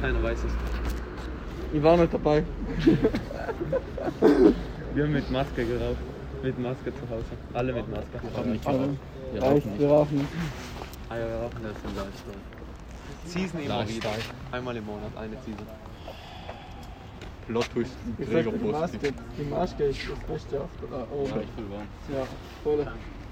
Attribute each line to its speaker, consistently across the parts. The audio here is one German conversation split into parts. Speaker 1: keiner weiß es.
Speaker 2: Ich war nicht dabei.
Speaker 1: Wir haben mit Maske geraucht. Mit Maske zu Hause. Alle mit Maske.
Speaker 2: Aber
Speaker 3: Ja,
Speaker 2: ja, ich wir rauchen nicht.
Speaker 1: Ah ja, wir rauchen das im Lifestyle. Season immer wieder. Einmal im Monat, eine Season.
Speaker 3: Plot Twist,
Speaker 2: Ich
Speaker 3: mega
Speaker 2: sag dir, die
Speaker 3: positiv.
Speaker 2: Maske, die Maske ist das Beste auf der äh,
Speaker 3: Ja,
Speaker 2: Oben.
Speaker 3: ich will warm.
Speaker 2: Ja, voll.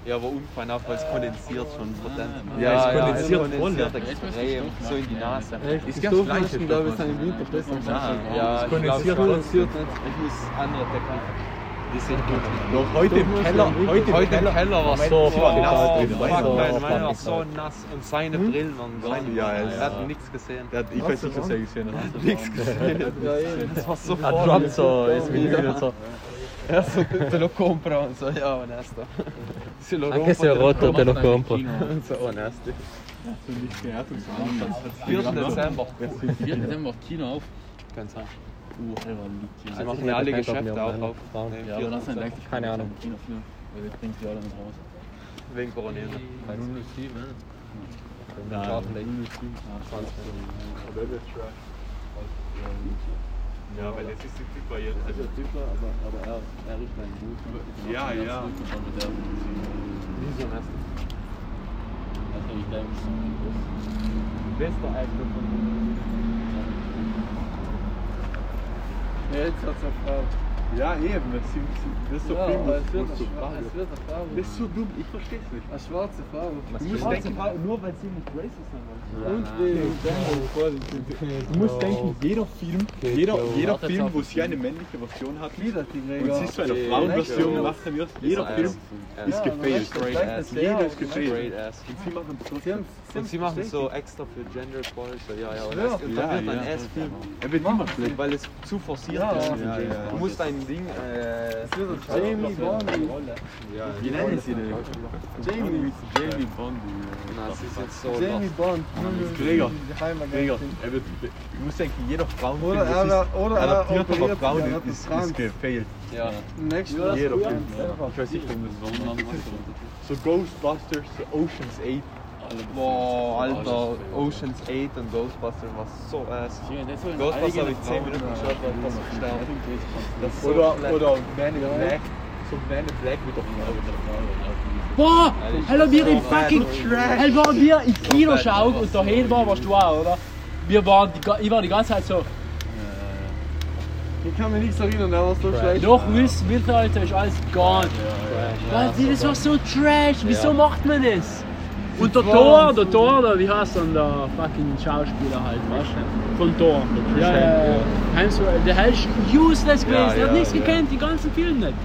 Speaker 1: Ja, aber unfein auch, weil es kondensiert schon verdammt.
Speaker 3: Ja,
Speaker 1: es
Speaker 3: ja,
Speaker 1: kondensiert
Speaker 3: ja.
Speaker 1: kondensiert extrem so in die Nase.
Speaker 2: Echt,
Speaker 3: Ist
Speaker 2: die
Speaker 3: ja das
Speaker 2: Stufen
Speaker 3: Gleiche,
Speaker 2: müssen, glaube ich,
Speaker 3: Stefan.
Speaker 2: sind im Winter besser.
Speaker 3: Nein,
Speaker 1: Ja,
Speaker 3: ja,
Speaker 1: ich glaube, es
Speaker 2: kondensiert
Speaker 1: kondensiert nicht. Ich muss andere Techniken. Die sind gut.
Speaker 3: Doch heute im Keller, heute im
Speaker 1: Heute im
Speaker 3: Keller.
Speaker 1: Keller war so
Speaker 3: Moment,
Speaker 1: nass.
Speaker 3: ich
Speaker 1: Fuck,
Speaker 3: war da drin.
Speaker 1: mein Mann war so nass und seine Brillen waren seine.
Speaker 3: Hm? Ja, ja,
Speaker 1: Er hat
Speaker 3: ja.
Speaker 1: nichts gesehen.
Speaker 3: Der hat, ich weiß nicht, was er gesehen hat.
Speaker 1: Nichts gesehen.
Speaker 2: Ja, eben.
Speaker 1: Das war so
Speaker 3: Er droppt so, ist wie
Speaker 2: Ja.
Speaker 3: wieder so.
Speaker 1: Ja, so, te lo compro, non so, io onesto. Se lo rompo,
Speaker 4: Anche se è
Speaker 1: te lo
Speaker 4: rotto te lo compro.
Speaker 1: Non so, onesto.
Speaker 3: Vierten
Speaker 1: 4. Dezember.
Speaker 3: 4. Dezember Kino auf.
Speaker 1: Kann sein.
Speaker 3: Uh, Alter, liegt hier.
Speaker 1: Sie
Speaker 4: ich
Speaker 1: machen
Speaker 4: mir
Speaker 1: ja alle
Speaker 4: das einfach
Speaker 1: Geschäfte
Speaker 4: mir
Speaker 1: auch
Speaker 4: meine
Speaker 1: auf.
Speaker 4: Frauen.
Speaker 1: Nee,
Speaker 3: Ja, aber
Speaker 1: 4.
Speaker 3: das ist eigentlich
Speaker 4: Keine Ahnung.
Speaker 3: Kino viel. Weil das bringt die alle nicht raus.
Speaker 1: Wegen Corona.
Speaker 5: Äh,
Speaker 1: Falls-
Speaker 5: ne?
Speaker 3: Nein.
Speaker 5: Ja, weil das ist die Typ bei jetzt. Also, ja,
Speaker 3: Ja,
Speaker 5: ja.
Speaker 3: ja.
Speaker 1: Wie so onesto.
Speaker 3: Also ich glaube,
Speaker 1: Bester Eifel von
Speaker 2: Ja, jetzt hat es erfragt.
Speaker 5: Ja, eben. Das ist, das ist so
Speaker 2: Ja,
Speaker 5: viel,
Speaker 2: aber es
Speaker 5: musst-
Speaker 2: wird
Speaker 5: musst du fragen.
Speaker 2: es wird eine Farbe.
Speaker 5: Das ist so dumm, ich verstehe es nicht.
Speaker 2: Eine schwarze Farbe.
Speaker 1: Was
Speaker 2: Du
Speaker 1: für
Speaker 2: musst
Speaker 1: eine?
Speaker 2: denken,
Speaker 5: nur weil sie nicht racist sind.
Speaker 2: und den Dämon vor die Tinte.
Speaker 5: Du musst denken, jeder Film, jeder, jeder
Speaker 3: Warte,
Speaker 5: Film,
Speaker 3: jetzt
Speaker 5: wo
Speaker 3: auf-
Speaker 5: sie eine männliche Version hat, und
Speaker 2: Wieder die
Speaker 5: sie ist so eine Frauenversion gemacht haben, wird, jeder Film ist gefailt.
Speaker 1: Great ass.
Speaker 5: Jeder ist
Speaker 1: Great
Speaker 5: gefailt.
Speaker 1: ass.
Speaker 5: Und sie machen es
Speaker 2: Sie
Speaker 5: trotzdem.
Speaker 2: haben's-
Speaker 1: Und
Speaker 2: sie haben's
Speaker 1: sie machen
Speaker 2: bestätigt.
Speaker 1: so extra für Gender Equality, so, ja, ja, onesto. Und
Speaker 5: Ja,
Speaker 1: dann wird ein
Speaker 5: ja.
Speaker 1: ass Film,
Speaker 5: Er wird immer schlecht.
Speaker 1: weil es zu forciert
Speaker 2: Ja,
Speaker 1: ist.
Speaker 2: ja.
Speaker 5: Ja, ja.
Speaker 1: Du musst ein Ding, äh,
Speaker 2: Es wird ein Jamie Bond.
Speaker 5: Wie nennen sie den?
Speaker 2: Jamie.
Speaker 5: Jamie Bondi.
Speaker 1: na, es ist jetzt so
Speaker 2: Jamie
Speaker 1: lost.
Speaker 2: Bond.
Speaker 5: Gregor.
Speaker 2: Die Heimagentin.
Speaker 5: Digga, er wird, ich muss denken, jeder Frauenfilm
Speaker 2: Oder
Speaker 5: das
Speaker 2: er-
Speaker 5: ist
Speaker 2: oder er
Speaker 5: adaptiert, aber
Speaker 2: operiert
Speaker 5: Frauen
Speaker 2: sich, er hat
Speaker 5: ist,
Speaker 2: einen
Speaker 5: ist
Speaker 2: Kranz.
Speaker 5: gefailt.
Speaker 1: Ja.
Speaker 2: Nächsten
Speaker 5: Jeder Film. Ich weiß nicht, warum das so machen. So Ghostbusters, so Ocean's 8.
Speaker 1: Boah, Alter, Ocean's 8 und Ghostbusters war so ass. Ghostbusters habe ich 10 Minuten geschaut, dann fast gestorben. Das ist so
Speaker 5: Oder,
Speaker 1: schlecht.
Speaker 5: oder Man in Black. So Man in Black mit der Frau.
Speaker 6: Boah, hallo wir im
Speaker 1: so
Speaker 6: fucking Hallo wir im Kino schaut und dahin waren warst du auch, oder? Wir waren die, ga- ich war die ganze Zeit so,
Speaker 2: Ich kann mich nichts erinnern, der war so schlecht.
Speaker 6: doch Will Smith, Alter, ist alles gone. Weil die- das war so trash, wieso macht man das? Und der Thor, der Thor, der, wie heißt denn der fucking Schauspieler halt, weißt du? Von Thor. Ja, ja, ja. Hemsworth, der Hell ist useless gewesen, der hat nichts gekannt, die ganzen Filme nicht.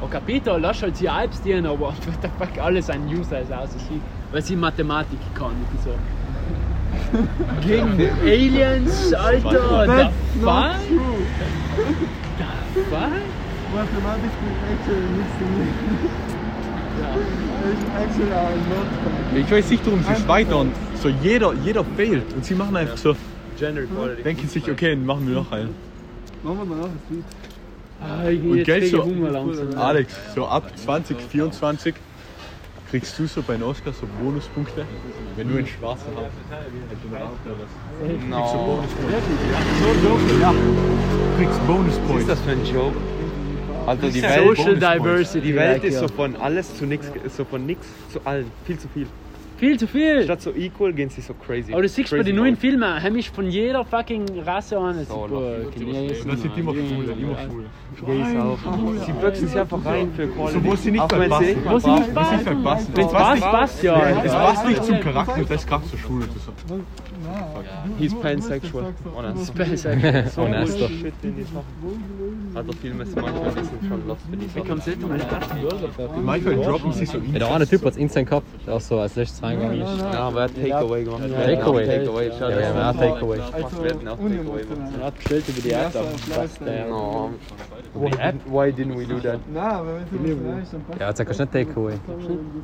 Speaker 6: Oh, Capito, lass halt sie Alps dienen, aber what the fuck, alles ein useless aus, sie, weil sie Mathematik kann, nicht so. Gegen die Aliens, Alter, the fuck? The fuck?
Speaker 2: Mathematik mit actually nichts zu tun. Ich actually ein Notfall.
Speaker 5: Ich weiß nicht, warum sie es weitern. So jeder, jeder fehlt. Und sie machen einfach so,
Speaker 1: Gender Equality.
Speaker 5: denken sich, okay, dann machen wir noch einen.
Speaker 2: Machen wir danach das Lied.
Speaker 6: Ah, ich
Speaker 5: Und
Speaker 6: jetzt
Speaker 5: Geld
Speaker 6: krieg ich
Speaker 5: so- Ah,
Speaker 6: Hunger langsam.
Speaker 5: Alex, so ab 2024 kriegst du so bei den Oscars so Bonuspunkte, wenn du einen schwarzen hast. Kriegst du
Speaker 1: No.
Speaker 5: Bonuspunkte. Ja. Kriegst Bonuspoints.
Speaker 1: für ein Joke? Alter, die Welt,
Speaker 6: Social Diversity.
Speaker 1: die Welt
Speaker 6: like,
Speaker 1: ist
Speaker 6: ja.
Speaker 1: so von alles zu nix, so von nix zu allen. Viel zu viel.
Speaker 6: viel zu viel.
Speaker 1: Statt so equal gehen sie so crazy.
Speaker 6: Aber du siehst bei
Speaker 1: Crazy
Speaker 6: den neuen
Speaker 1: out.
Speaker 6: Filmen, haben mich von jeder fucking Rasse an.
Speaker 1: So,
Speaker 5: Und das sind immer Schwule, immer Schwule.
Speaker 1: Gays auch. Sie boxen sich einfach rein für Equality.
Speaker 5: So, wo sie nicht
Speaker 1: Auch wenn
Speaker 5: verpassen.
Speaker 1: nicht mal
Speaker 6: Wo sie nicht
Speaker 1: brauchen.
Speaker 5: Das ist
Speaker 6: passt.
Speaker 5: nicht verpassen.
Speaker 6: Das
Speaker 5: Es passt
Speaker 6: passt,
Speaker 5: nicht,
Speaker 6: passt ja.
Speaker 5: es passt nicht zum Charakter, das ist krass zur Schule. Das ist so.
Speaker 1: He's pansexual. Honest.
Speaker 6: Charakter.
Speaker 1: So honest. Shit, den die machen. Alter, Also Filme sind manchmal, die sind schon lost für die Sachen.
Speaker 5: Manchmal droppen sie so
Speaker 4: Ja, der eine Typ hat instant gehabt, der auch so als letztes reingegangen ist.
Speaker 1: Ja, aber er hat Takeaway gemacht. Wir hatten auch
Speaker 4: Takeaway.
Speaker 1: Takeaway.
Speaker 4: Ja,
Speaker 1: Schade.
Speaker 4: wir haben auch Takeaway.
Speaker 1: Wir hätten auch Takeaway gemacht.
Speaker 2: unemotional.
Speaker 4: Er hat bestellt über die
Speaker 2: Ja,
Speaker 4: App.
Speaker 2: so ein Lifestyle.
Speaker 1: No. Why didn't we do that?
Speaker 2: Nein, aber wenn du was weißt, dann passt
Speaker 4: Ja, jetzt sagst du nicht Takeaway.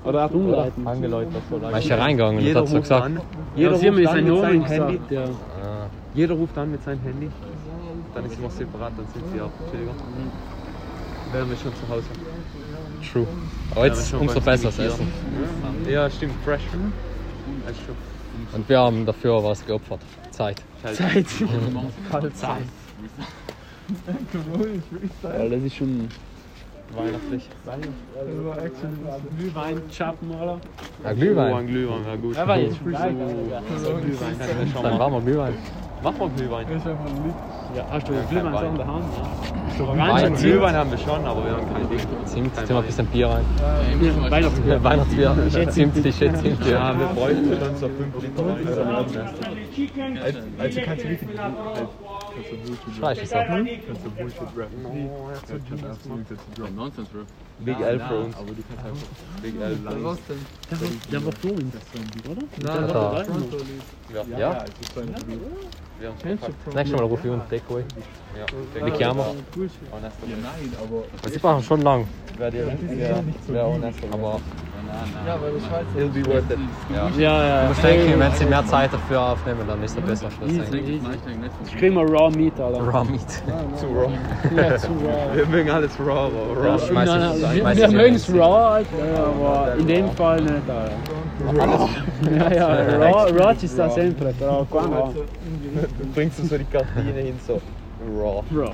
Speaker 6: Oder hat umgeleitet.
Speaker 4: Man ist ja reingegangen und
Speaker 1: Jeder
Speaker 4: hat so
Speaker 1: ruft
Speaker 4: gesagt,
Speaker 1: an.
Speaker 6: Ja,
Speaker 1: Jeder
Speaker 6: sie haben
Speaker 1: ruft
Speaker 6: mir
Speaker 1: an
Speaker 6: seinen
Speaker 1: mit seinem
Speaker 6: Namen
Speaker 1: Handy.
Speaker 6: gesagt. Ja.
Speaker 1: Jeder ruft an mit seinem Handy. Dann ist immer separat, dann sind sie auch chilliger. Wären wir schon zu Hause.
Speaker 4: true. Aber jetzt
Speaker 1: schon
Speaker 4: umso
Speaker 1: beim
Speaker 4: besser das
Speaker 1: Team
Speaker 4: Essen.
Speaker 1: Mhm. Ja, stimmt, fresh. Das ist schon.
Speaker 4: Und wir haben dafür was geopfert. Zeit.
Speaker 6: Zeit.
Speaker 4: Zeit.
Speaker 3: Ja, das ist schon.
Speaker 1: Weihnachtlich.
Speaker 2: Das war actually
Speaker 6: Glühweinschappen, oder?
Speaker 4: Ja,
Speaker 1: Oh,
Speaker 4: Glühwein.
Speaker 1: ein Glühwein wäre gut.
Speaker 6: Ja, war jetzt schon geil, geil, geil.
Speaker 1: Glühwein kann ich mir schon
Speaker 4: Dann
Speaker 1: machen.
Speaker 4: warmer Glühwein.
Speaker 1: Mach mal Glühwein.
Speaker 2: Ich hab mal lieb.
Speaker 6: Ja, hast du
Speaker 1: Ja,
Speaker 6: einen Glühwein
Speaker 1: kein
Speaker 6: in der Hand?
Speaker 4: Wein.
Speaker 1: Ein
Speaker 6: Orangen-
Speaker 1: Glühwein haben wir schon, aber wir haben kein Ding.
Speaker 4: Zimt, zimt mal ein bisschen Bier rein.
Speaker 6: Ja, Weihnachtsbier.
Speaker 4: Ja, Weihnachtsbier. Zimt, ich zimt, ja.
Speaker 1: Ja, wir bräuchten schon so 5 Liter Wein.
Speaker 5: Also kannst du richtig.
Speaker 4: Scheiße, ist auch.
Speaker 5: Kannst du Bullshit rappen.
Speaker 3: Nonsense, Bro.
Speaker 1: Big L für uns.
Speaker 5: Aber halt du kannst einfach.
Speaker 1: Big L. lang.
Speaker 6: Der war- Der war vor uns, oder? Der
Speaker 4: da.
Speaker 6: war dabei noch.
Speaker 4: Ja,
Speaker 5: es ist so ein Problem.
Speaker 1: Wir haben schon verpackt.
Speaker 4: nächstes Mal rufe ich uns Takeaway.
Speaker 1: Ja.
Speaker 4: Li chiamo.
Speaker 1: Onesto.
Speaker 5: Nein, aber.
Speaker 4: Das brauchen schon lang.
Speaker 1: Wäre dir ja, wär onesto.
Speaker 4: Aber
Speaker 2: Ja, weil das scheiße.
Speaker 1: it'll be worth it. Ja.
Speaker 6: Ja, ja,
Speaker 4: ich denke, wenn sie mehr Zeit dafür aufnehmen, dann ist das besser für das
Speaker 6: Easy,
Speaker 4: eigentlich.
Speaker 6: easy.
Speaker 3: Ich denke,
Speaker 6: Ich krieg mal Raw Meat, Alter.
Speaker 4: Raw Meat.
Speaker 1: Zu raw.
Speaker 6: Ja, zu raw.
Speaker 1: Wir mögen alles raw, aber raw.
Speaker 4: Ja,
Speaker 1: ist
Speaker 4: schmeiß
Speaker 6: Nein,
Speaker 4: es-
Speaker 6: nein, wir-
Speaker 4: schmeiß
Speaker 6: wir
Speaker 4: es in
Speaker 6: mögen
Speaker 4: den
Speaker 6: es raw, Alter, aber in dem Fall nicht, Alter. Ja, ja, raw, raw ci sta sempre, però qua no.
Speaker 1: Du bringst uns so die Kantine hin, so raw.
Speaker 6: Bro.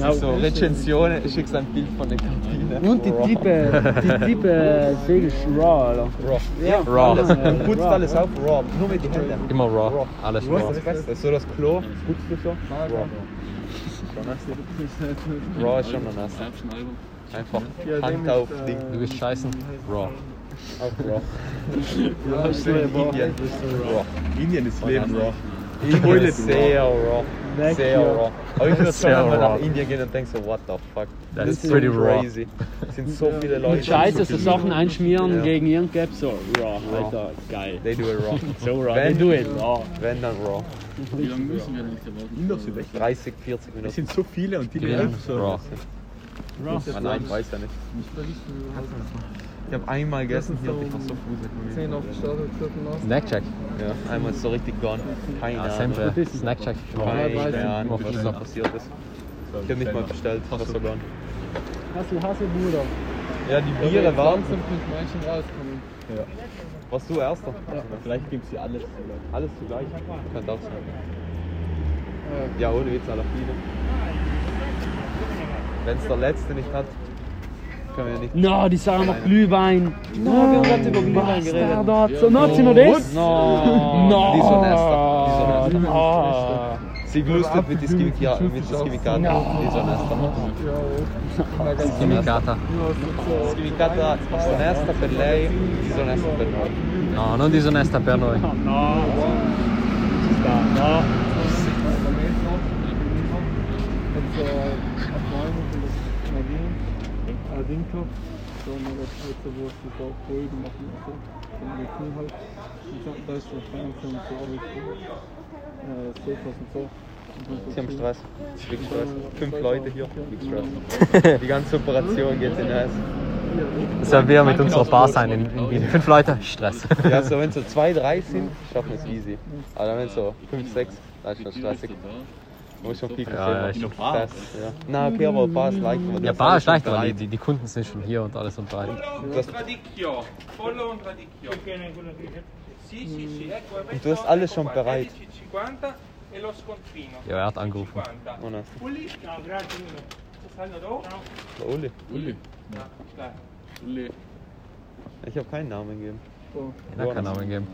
Speaker 1: Ja, so Rezensionen, schickst ein Bild von der Kantine.
Speaker 6: Und die
Speaker 1: Raw.
Speaker 6: Tippe, die Tippe wirklich raw, Alter.
Speaker 1: Raw.
Speaker 6: Ja,
Speaker 4: Raw.
Speaker 6: alles, Alter,
Speaker 1: Du putzt
Speaker 6: raw.
Speaker 1: alles auf, Äh, raw. Nur mit den Händen.
Speaker 4: Immer raw. Alles
Speaker 1: Du hast
Speaker 4: raw.
Speaker 1: das Beste. So das Klo, putzt du so? Raw. Raw ist schon anders.
Speaker 3: Album.
Speaker 1: Einfach Hand auf Ding.
Speaker 4: Du bist scheißen? Raw.
Speaker 1: Auf Raw.
Speaker 6: Ja, ich
Speaker 1: In
Speaker 6: bin raw.
Speaker 1: Indien. Raw.
Speaker 5: Indien ist Leben, Bro.
Speaker 1: Indien ist sehr raw.
Speaker 6: Weg
Speaker 1: Sehr
Speaker 6: hier.
Speaker 1: raw. Aber ich würde schon
Speaker 4: Sehr
Speaker 1: einmal
Speaker 4: raw.
Speaker 1: nach Indien gehen und denken so, what the fuck.
Speaker 4: That is pretty raw.
Speaker 1: crazy. Es sind so viele Leute.
Speaker 6: Mit Scheiße so Sachen einschmieren
Speaker 1: Ja.
Speaker 6: gegen irgendwas, so raw, Alter, geil.
Speaker 1: They do it raw.
Speaker 6: So raw, they
Speaker 1: Wenn-
Speaker 6: do it raw.
Speaker 1: Wenn dann raw.
Speaker 3: Wie lange müssen wir denn nicht erwarten?
Speaker 5: Inder sind echt.
Speaker 1: 30, 40
Speaker 5: Es
Speaker 1: Minuten.
Speaker 5: sind so viele und die
Speaker 4: Ja.
Speaker 5: leben so.
Speaker 4: Raw.
Speaker 6: Raw.
Speaker 1: Ah, nein, weiß ja nicht. Ich habe einmal gegessen hier und ich war so fußig.
Speaker 2: 10 auf die Straße, Viertel nach.
Speaker 4: Snackcheck.
Speaker 1: Ja, einmal ist so richtig gone. Keine
Speaker 4: Ja,
Speaker 1: Ahnung.
Speaker 4: sempre. Snackcheck.
Speaker 1: Keine Ahnung, was da
Speaker 4: Immer
Speaker 1: passiert ist. Ich habe nicht mal bestellt, ich war so gone.
Speaker 6: Hassel, Hassel, Bruder.
Speaker 1: Ja, die Biere waren.
Speaker 2: Langsam kriegt Mädchen rauskommen.
Speaker 1: Warst du Erster? Also
Speaker 5: Vielleicht gibt es hier alles.
Speaker 1: Alles zugleich. Könnte auch sein. Ja, ohne Witz, aller Biene. Wenn es der Letzte nicht hat, können wir nicht.
Speaker 6: No, die sagen noch Glühwein. No, wir haben gerade über Glühwein geredet. So, no, sind wir das?
Speaker 1: No!
Speaker 6: No!
Speaker 1: Die ist honester. Die ist honester.
Speaker 6: Ah.
Speaker 1: Sie gelustet mit den Chemikaten. Mit den Chemikaten. Die ist honester.
Speaker 4: Chimicata.
Speaker 1: Die Chemikata ist honesta per lei, disonesta per noi.
Speaker 4: No, non disonesta per noi.
Speaker 6: No. Ci sta, no.
Speaker 2: Hat äh, ein Freund und das Nadine, äh, Dinkopf, so eine kurze Wurst, die so Kohl gemacht und so. Und wir tun halt, und so, da ist so Fernsehen und so, aber ich, äh, Sofas und so. Und so
Speaker 1: Sie haben
Speaker 2: viel.
Speaker 1: Stress. Big Stress. Fünf Leute hier. Big Stress. Die ganze Operation geht in Eis.
Speaker 4: Das werden wir mit
Speaker 1: also
Speaker 4: unserer Bar sein. In, in, in fünf Leute. Stress.
Speaker 1: Ja, so wenn so zwei, drei sind, schaffen wir es easy. Aber wenn so fünf, sechs, da ist schon stressig. Muss schon viel
Speaker 4: Ja, ja,
Speaker 1: passieren.
Speaker 4: ich-
Speaker 1: Stress, ja. Na, okay, aber Bar ist leicht. aber du
Speaker 4: Ja, Bar
Speaker 1: hast
Speaker 4: ist
Speaker 1: alles
Speaker 4: leicht, weil die,
Speaker 1: bereit.
Speaker 4: die, die Kunden sind schon hier und alles und bereit.
Speaker 1: Du hast-
Speaker 7: Radicchio, pollo un radicchio. Sì, sì, sì, ecco,
Speaker 1: tu hast alles schon bereit.
Speaker 7: 50 e lo scontrino.
Speaker 4: Ja, er hat angerufen.
Speaker 7: 50.
Speaker 1: Oh nein,
Speaker 7: Uli? No, grazie. Salvador? No.
Speaker 1: der Uli.
Speaker 3: Uli.
Speaker 7: Dai.
Speaker 3: Uli.
Speaker 1: Ich habe keinen Namen gegeben.
Speaker 4: Ja, kann Namen geben.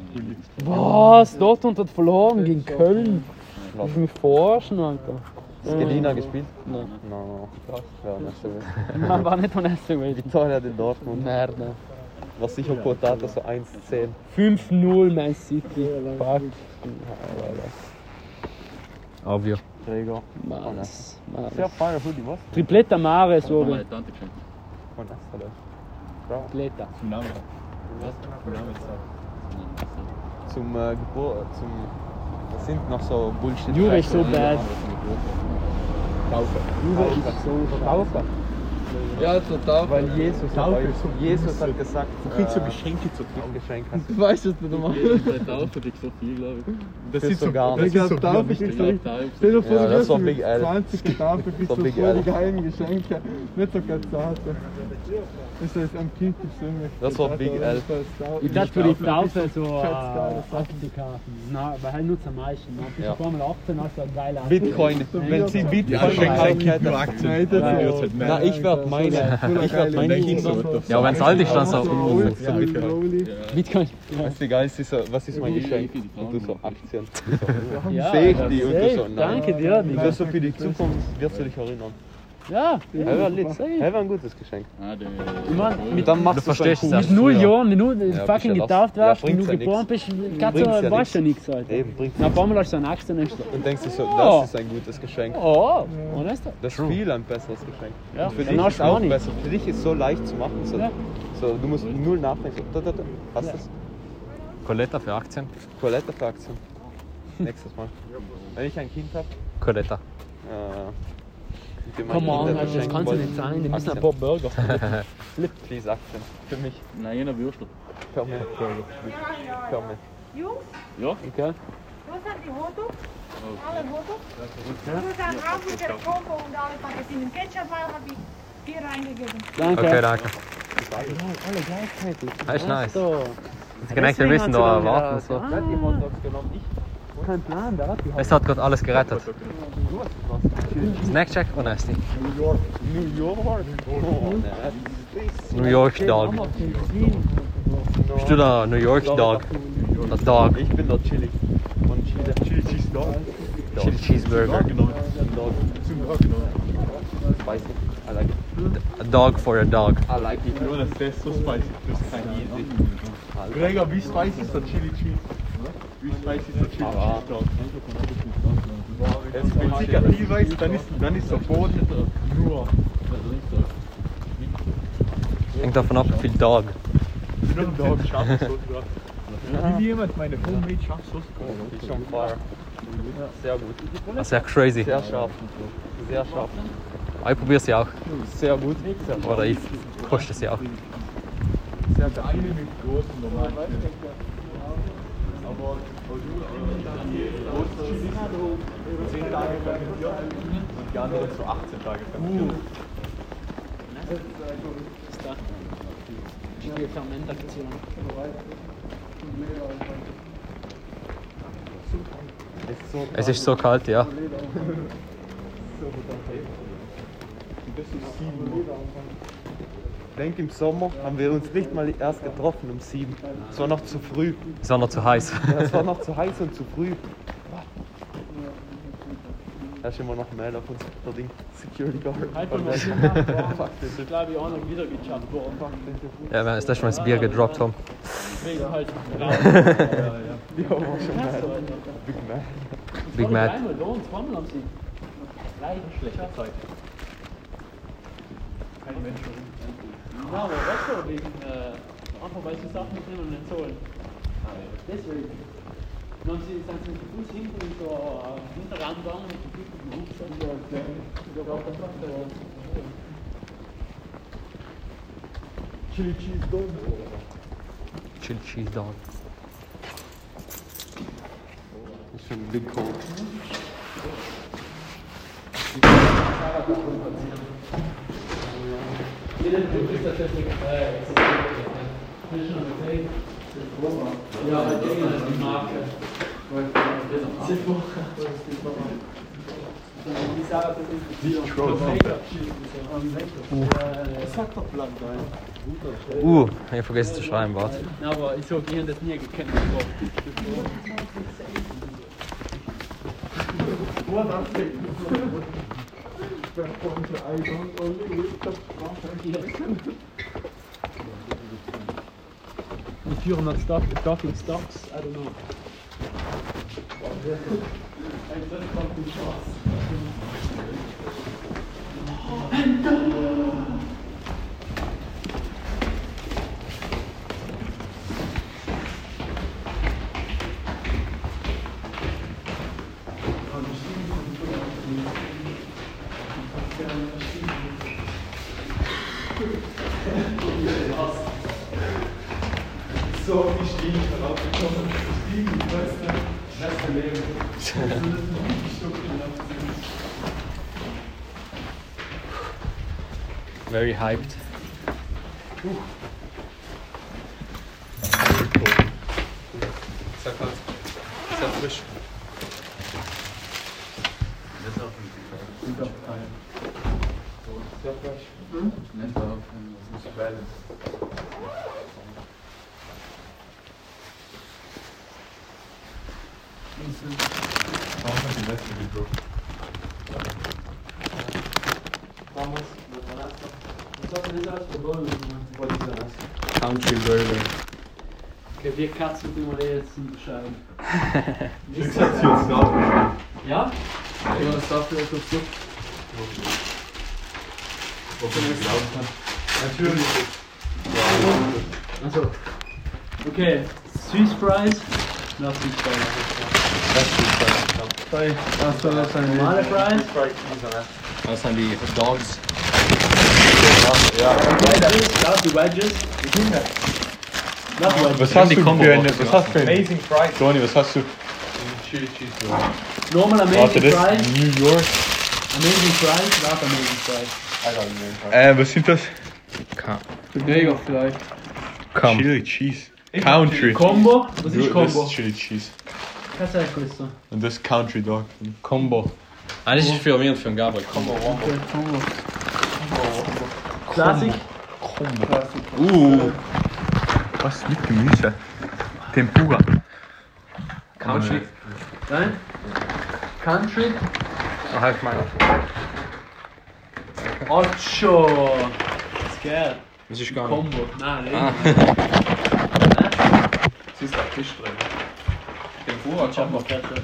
Speaker 6: Was? Dortmund hat verloren gegen Köln. Ich muss mich forschen, Alter.
Speaker 1: Hast Gelina gespielt? Nein. Nein, nein. Das wäre nicht so wild.
Speaker 6: Man war nicht von Essen gewesen.
Speaker 1: Victoria in Dortmund.
Speaker 6: Merde.
Speaker 1: War sicher Potata, so 1-10.
Speaker 6: 5-0 Man City. Fuck.
Speaker 4: Obvio.
Speaker 1: Gregor.
Speaker 6: Mans.
Speaker 1: Sehr
Speaker 6: Mans.
Speaker 1: feiner Hoodie, was?
Speaker 6: Tripletta Mare, so wie.
Speaker 3: Meine Tante geschenkt.
Speaker 1: Von Österreich.
Speaker 6: Tripletta.
Speaker 5: Zum Namen. Was? Zum Namen
Speaker 1: Zum äh, Geburt, zum... Das sind noch so bullshit
Speaker 6: Jure ist so
Speaker 1: Sachen.
Speaker 6: bad.
Speaker 5: Kaufen.
Speaker 6: Jure ist so scheiße.
Speaker 2: Ja, zur Taufe.
Speaker 1: Weil Jesus, hat
Speaker 5: Taufe
Speaker 1: euch-
Speaker 5: ist so
Speaker 1: Jesus hat gesagt,
Speaker 5: Du kriegst so
Speaker 1: äh,
Speaker 5: Geschenke zu
Speaker 1: ein
Speaker 5: tragen.
Speaker 1: Geschenk hast
Speaker 2: Du weißt, was du da machst.
Speaker 3: Bei Taufe kriegst du viel, glaube ich.
Speaker 5: Das
Speaker 1: Kriegst
Speaker 5: ist so
Speaker 1: du gar
Speaker 5: Das
Speaker 1: nicht.
Speaker 5: ist so
Speaker 2: Ich glaub,
Speaker 5: widerlich.
Speaker 2: darf
Speaker 3: Ich
Speaker 2: ich-
Speaker 3: glaube, da
Speaker 2: Stell dir vor,
Speaker 1: Ja,
Speaker 2: du
Speaker 1: das
Speaker 2: wirst
Speaker 1: war
Speaker 2: mit
Speaker 1: Big L.
Speaker 2: 20 Gedanken, bist
Speaker 1: war
Speaker 2: du
Speaker 1: Big
Speaker 2: voll
Speaker 1: L.
Speaker 2: die geheimen Geschenke. Nicht so ganz zu Hause. Ist das am Kind gibt's irgendwelche
Speaker 1: Das war Big L.
Speaker 6: Ich dachte für die Taufe so äh,
Speaker 2: Scheißgeile Sache.
Speaker 6: Karten. Na, weil halt nur am meisten. Dann bist
Speaker 1: Ja.
Speaker 6: du Formel 18, hast du ein geiler.
Speaker 1: Bitcoin, wenn sie
Speaker 5: Ja,
Speaker 1: Bitcoin
Speaker 5: ich schenke
Speaker 1: gekauft
Speaker 5: halt
Speaker 1: hätten.
Speaker 5: nur Aktien.
Speaker 2: Nein, das
Speaker 5: Dann
Speaker 2: ist-
Speaker 5: wird's halt
Speaker 1: Na,
Speaker 5: mehr.
Speaker 1: ich werd meine. Ich werd meine
Speaker 5: Denke ich so,
Speaker 1: Kinder.
Speaker 5: what the
Speaker 4: Ja,
Speaker 5: fuck.
Speaker 4: wenn's alt ist, dann so.
Speaker 6: Bitcoin.
Speaker 1: Weißt du, egal, es ist so, was ist mein Geschenk? Und du so Aktien.
Speaker 6: Ja,
Speaker 1: Safety und
Speaker 6: safe.
Speaker 1: du so, nein.
Speaker 6: Danke dir,
Speaker 1: Du
Speaker 6: Digga.
Speaker 1: so für die Zukunft wirst du dich erinnern.
Speaker 6: Ja,
Speaker 1: Er war lit. Er war ein gutes Geschenk.
Speaker 3: Ah, der.
Speaker 6: ich mein, mit,
Speaker 1: Dann machst
Speaker 4: Du
Speaker 1: du's
Speaker 4: verstehst
Speaker 1: halt
Speaker 4: es
Speaker 1: cool.
Speaker 4: erst.
Speaker 6: null
Speaker 4: Ja.
Speaker 6: Jahren, wenn du
Speaker 1: Ja,
Speaker 6: fucking
Speaker 1: bist ja lost.
Speaker 6: getauft
Speaker 1: Ja,
Speaker 6: wirst, wenn du
Speaker 1: bringt's ja
Speaker 6: geboren bist, kannst
Speaker 1: Bringt's
Speaker 6: du,
Speaker 1: ja
Speaker 6: weißt du ja nichts, Alter.
Speaker 1: Eben, bringt
Speaker 6: Na, Formel hast du einen Axt und nichts.
Speaker 1: Und denkst du so,
Speaker 6: Ja.
Speaker 1: das ist ein gutes Geschenk.
Speaker 6: Oh, und ist das?
Speaker 1: Das ist
Speaker 4: True.
Speaker 1: viel ein besseres Geschenk.
Speaker 6: Ja,
Speaker 1: Und für
Speaker 6: dann
Speaker 1: dich
Speaker 6: hast
Speaker 1: ist
Speaker 6: du
Speaker 1: auch
Speaker 6: Money.
Speaker 1: besser. Für dich ist so leicht zu machen. So,
Speaker 6: Ja.
Speaker 1: so du musst null nachdenken. So, da, da, da. Hast du das?
Speaker 4: Coletta für Aktien?
Speaker 1: Coletta für Aktien. Nächstes Mal. Wenn ich ein Kind habe,
Speaker 4: Coletta.
Speaker 1: äh, und dir mein
Speaker 6: Come on,
Speaker 1: Kind
Speaker 6: Alter, das
Speaker 1: schenken
Speaker 6: kannst du
Speaker 1: wollte,
Speaker 6: nicht sein. Wir müssen
Speaker 1: Aktien.
Speaker 6: ein paar Burger.
Speaker 1: Please Aktien. Für mich.
Speaker 3: Nein, einer Würstel.
Speaker 1: Komm her. Komm her.
Speaker 8: Jungs,
Speaker 1: Okay.
Speaker 8: wo sind die Fotos? Alle Fotos? Wo sind auch mit der Combo und alle Paketinen Ketchup, weil habe ich hier reingegeben.
Speaker 4: Okay,
Speaker 6: Danke.
Speaker 4: danke. Das ist nice.
Speaker 6: So.
Speaker 4: Die Genechte wissen da erwarten. So.
Speaker 1: Wer hat die Hot Dogs genommen? Ich.
Speaker 6: Kein Plan, da hat die
Speaker 4: Es hat gerade alles gerettet. Snackcheck und Nasty.
Speaker 1: New York. New York? Oh, ne.
Speaker 4: New York Dog. Bist du da New York Dog? Der Dog.
Speaker 1: Ich bin da chillig. Von Chile.
Speaker 5: Chili Cheese Dog.
Speaker 4: Chili Cheeseburger.
Speaker 5: Dog genommen.
Speaker 1: Dog.
Speaker 5: Zum Dog genommen.
Speaker 1: Weiß ich. I like it.
Speaker 4: A dog for a dog.
Speaker 1: I like it.
Speaker 5: Jonas, der ist so spicy. Das kann jeder. Gregor, wie spicy ist der Chili Cheese? Wie spicy ist der Chili
Speaker 1: Aber-
Speaker 5: Cheese Dog? Wenn es Zigaretten weiß, dann ist, dann ist der Boden nur.
Speaker 4: Hängt davon ab, wie viel Dog.
Speaker 5: Ich bin Dog Schafsauce drauf. Wie jemand meine Homemade Schafsauce kauft.
Speaker 1: Ist schon fire. Sehr gut.
Speaker 4: Das ist ja crazy.
Speaker 1: Sehr scharf. Sehr scharf.
Speaker 4: Aber Ich probiere sie auch.
Speaker 1: Sehr gut. Sehr scharf.
Speaker 4: Oder ich koste sie auch.
Speaker 5: Der eine mit großen normalen Chilis. Aber äh, große Chilis 10 Tage fermentiert und die andere so 18 Tage fermentiert.
Speaker 6: Fermentaktion.
Speaker 1: Ist so
Speaker 4: Es ist so kalt, ja.
Speaker 1: Denk im Sommer haben wir uns nicht mal erst getroffen um sieben. Es war noch zu früh.
Speaker 4: Ist auch noch zu heiß.
Speaker 1: Ja, es war noch zu heiß und zu früh. Da ist immer noch ein Mail auf uns, der Ding. Security Guard.
Speaker 6: Halt
Speaker 1: Von
Speaker 6: mal,
Speaker 1: weg.
Speaker 6: ich
Speaker 1: Fuck, das
Speaker 6: Ich glaube, ich auch noch wieder gejumpt worden.
Speaker 4: Ja, wir haben das letzte Mal das Bier gedroppt haben.
Speaker 6: Deswegen halt raus.
Speaker 1: ist ja auch schon mal. Big Mail.
Speaker 4: Big Mad.
Speaker 6: Einmal da und zweimal am Sieg. Leider schlechter Zeug. Kein Mensch. Ja, aber was so wegen äh, einfach weil sie Sachen mitnehmen und nicht zahlen. Deswegen. Dann haben sie sind sie mit dem Fuß hinten und so äh, hinterher gegangen mit dem Blick auf den Rucksack. Ja, ja, ja.
Speaker 4: Chili Cheese Dog.
Speaker 1: Ist schon big cold.
Speaker 6: äh, Ja, halt Ding ist die Marke.
Speaker 4: Uh, ich hab vergessen zu schreiben, warte.
Speaker 6: Na, aber ich so gehen das nie gekannt. Die 400 Stock, Stocking Stocks, I don't know.
Speaker 1: So, wie stehe ich darauf gekommen? Ich liebe die Beste, das Leben. Das ist ein Stück in der
Speaker 4: Very hyped.
Speaker 1: Sehr kalt. Sehr frisch.
Speaker 4: Country Bourbon.
Speaker 6: Che wir Katzen immer jetzt sind bescheiden.
Speaker 1: Ja,
Speaker 6: Ja?
Speaker 1: das darf ich kurz zu.
Speaker 6: Also. Okay, Swiss Fries. Na, Swiss Fries. Normale Fries.
Speaker 4: Das sind die Hot Dogs.
Speaker 6: Wedges. Das die Wedges. Not Wedges.
Speaker 5: Was hast
Speaker 4: die
Speaker 5: du
Speaker 4: Combo
Speaker 5: für eine,
Speaker 4: Box,
Speaker 5: was
Speaker 4: ja.
Speaker 5: hast du für eine,
Speaker 1: Amazing Fries.
Speaker 5: Tony, was hast du?
Speaker 1: Chili Cheese.
Speaker 6: Normal
Speaker 5: Warte,
Speaker 6: Amazing
Speaker 5: das
Speaker 6: Fries.
Speaker 5: ist New York.
Speaker 6: Amazing Fries. Not Amazing Fries.
Speaker 5: Äh, was sind das?
Speaker 2: Mega vielleicht.
Speaker 4: Komm.
Speaker 5: Chili Cheese. Country.
Speaker 6: Combo. Was ist
Speaker 5: Das
Speaker 6: Combo?
Speaker 5: ist Chili Cheese.
Speaker 6: Cazzo è questo?
Speaker 5: Und das ist Country Dog.
Speaker 4: Combo. Eigentlich Ah, ist für mich und für den Gabriel. Combo.
Speaker 6: Classic.
Speaker 5: Uh. Was mit Gemüse? Tempura.
Speaker 4: Country.
Speaker 6: Nein? Country.
Speaker 4: Oh, halt mal.
Speaker 6: Occio. Scherz.
Speaker 4: Das ist gar nicht.
Speaker 6: Combo. Nein,
Speaker 4: Ah.
Speaker 6: nein.
Speaker 1: Es ist auch Fisch drin. Tempura, Jumbo.
Speaker 6: Combo. Cazzo.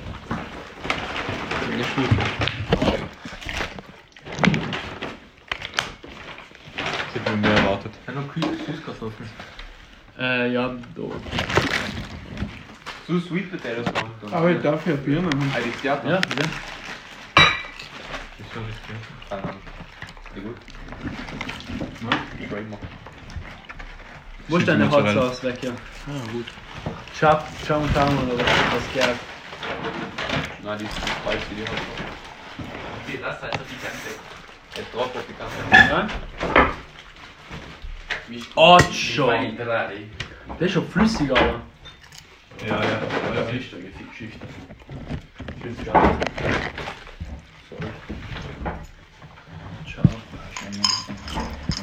Speaker 5: Ich hätte mir mehr erwartet.
Speaker 6: Äh, ja, doof.
Speaker 1: So Sweet Potatoes kommt.
Speaker 2: Aber ich darf ja Bier nehmen.
Speaker 1: Aliziata.
Speaker 6: Ja, ja. Wo ist
Speaker 5: Schieb die
Speaker 6: deine Hot
Speaker 5: Mozzarella.
Speaker 6: Sauce weg, ja? Ah, gut. Chop, Chow Town oder was? Was geht?
Speaker 1: Nein, die ist falsch, die hat. Die lass halt auf die Kante. Jetzt drauf auf die Kante.
Speaker 6: Ja?
Speaker 1: Mich
Speaker 6: Occio.
Speaker 1: Meine drei.
Speaker 6: Der ist schon flüssig, aber.
Speaker 5: Ja, ja.
Speaker 1: Euer Fisch, da gefickt Schicht. Tschüss, ciao.
Speaker 6: Ciao.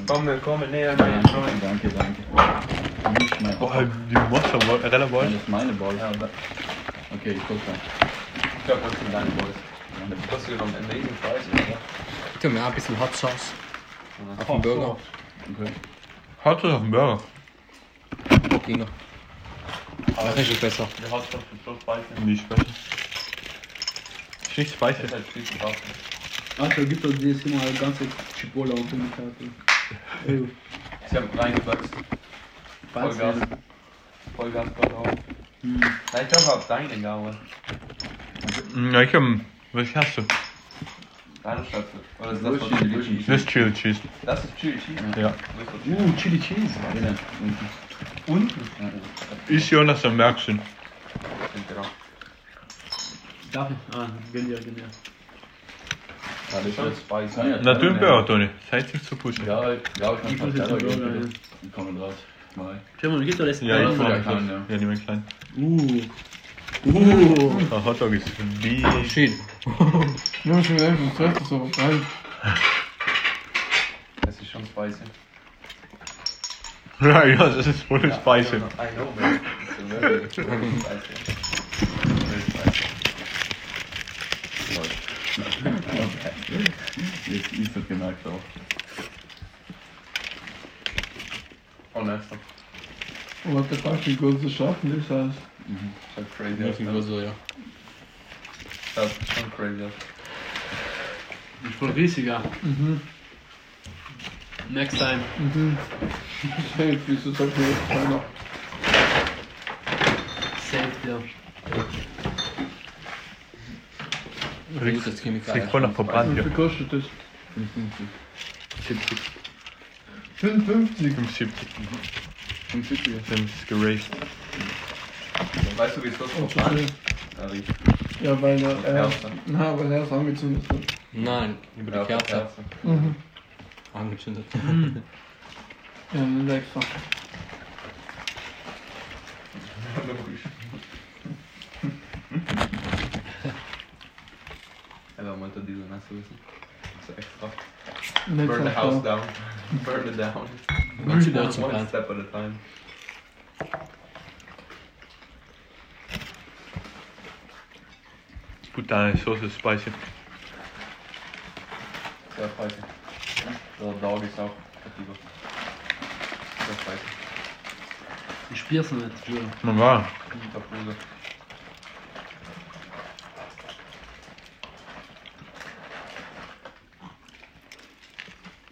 Speaker 1: Komm, komm, näher, näher.
Speaker 3: Danke, danke. Nicht mein
Speaker 5: Boah, die Mozzarella war relativ
Speaker 3: Das
Speaker 5: weit.
Speaker 3: ist meine Ball. Okay, ich guck mal.
Speaker 1: Ich glaub, das sind deine Boys. Was hast du genommen? Amazing Fries, oder?
Speaker 4: Tu mir auch ein bisschen Hot Sauce. Auf den Burger.
Speaker 3: Okay.
Speaker 5: Hat das auf dem Burger?
Speaker 4: Ging noch. Das ist schon besser.
Speaker 1: Der hat doch den Schluss beißen.
Speaker 5: Nicht special. Ist nicht
Speaker 1: Das ist
Speaker 5: spicy.
Speaker 1: halt viel zu kaufen.
Speaker 6: Alter, gibt doch dieses Mal eine ganze Chipotle auf dem Karte.
Speaker 1: Sie haben reingeboxt. Vollgas. Vollgas drauf. Nein, ich glaube, auf deine Gabe.
Speaker 5: Hm, Ja, ich hab. Was hast du?
Speaker 1: Deine Schatze. Oder ist das von Chili Cheese?
Speaker 5: Das ist Chili Cheese.
Speaker 1: Das ist Chili Cheese.
Speaker 5: Ja.
Speaker 1: Wo ist das?
Speaker 3: Uh, Chili Cheese. Ja,
Speaker 1: Unten.
Speaker 5: Ist Jonas am Märkchen.
Speaker 1: Genau.
Speaker 6: Darf ich? Ah, gönn dir, gönn dir.
Speaker 3: das ist
Speaker 1: Schön
Speaker 3: jetzt.
Speaker 1: Spice.
Speaker 3: Ja, ja.
Speaker 5: Na, du im Burger, Toni. Seid nicht so pushy.
Speaker 3: Ja, ich glaube,
Speaker 6: Ich
Speaker 3: ich
Speaker 6: muss
Speaker 3: kann
Speaker 6: jetzt
Speaker 3: selber
Speaker 6: einen
Speaker 3: gehen.
Speaker 6: Burger, ja.
Speaker 3: bitte. Ich komme drauf. Mal.
Speaker 6: Schau mal, gibt doch das
Speaker 5: Ja,
Speaker 6: Ei.
Speaker 5: ich
Speaker 3: Burger
Speaker 5: mag
Speaker 3: kann,
Speaker 5: klein.
Speaker 3: ja.
Speaker 5: Ja, die mag klein.
Speaker 6: Uh. Uh.
Speaker 5: Ein Hotdog ist wie.
Speaker 4: Schön.
Speaker 2: Nimm schon wieder helfen, das ist aber geil.
Speaker 1: Das ist schon spicy.
Speaker 5: Ja, ja, das ist voll spicy.
Speaker 1: I know, man. It's a very, it's very spicy. Very spicy.
Speaker 3: Jetzt ist das gemerkt auch.
Speaker 1: Oh, nice. That's
Speaker 2: Aber der Tag, wie groß das Schaffen ist, das heißt,
Speaker 1: so crazy. That's so
Speaker 4: größer, ja.
Speaker 1: crazy.
Speaker 6: Ist voll riesiger. Mhm. Next time. Mhm.
Speaker 2: safe, wieso sagt mir das keiner?
Speaker 6: Save dir.
Speaker 4: Ich das Chemikalien.
Speaker 5: Kriegt voll noch verbrannt
Speaker 2: Wie
Speaker 5: hier.
Speaker 2: viel kostet das? 55.
Speaker 5: 75.
Speaker 2: 55?
Speaker 3: 45er.
Speaker 5: Dann ist geraced.
Speaker 3: Weißt du, wie es das Verfahren ist? Ja, wie-
Speaker 2: Oh, Ja, weil er, er,
Speaker 3: Kerze.
Speaker 2: na, weil er es angezündet hat.
Speaker 9: Nein, über die
Speaker 3: Ja,
Speaker 9: Kerze
Speaker 3: Kerze.
Speaker 2: Mhm.
Speaker 9: angezündet.
Speaker 2: Ja, dann extra.
Speaker 3: Logisch. Einfach mal unter diese Nasse wissen. So extra.
Speaker 2: Nicht
Speaker 3: Burn the
Speaker 2: extra.
Speaker 3: house down. Burn it down.
Speaker 9: Burn it down.
Speaker 3: One step at a time.
Speaker 5: Put down sausage spicy.
Speaker 3: Sehr feige. Der Dog ist auch aktiver. Sehr feige.
Speaker 6: Ich spür's nicht, Jure.
Speaker 5: Man war.
Speaker 3: Guter Bruder.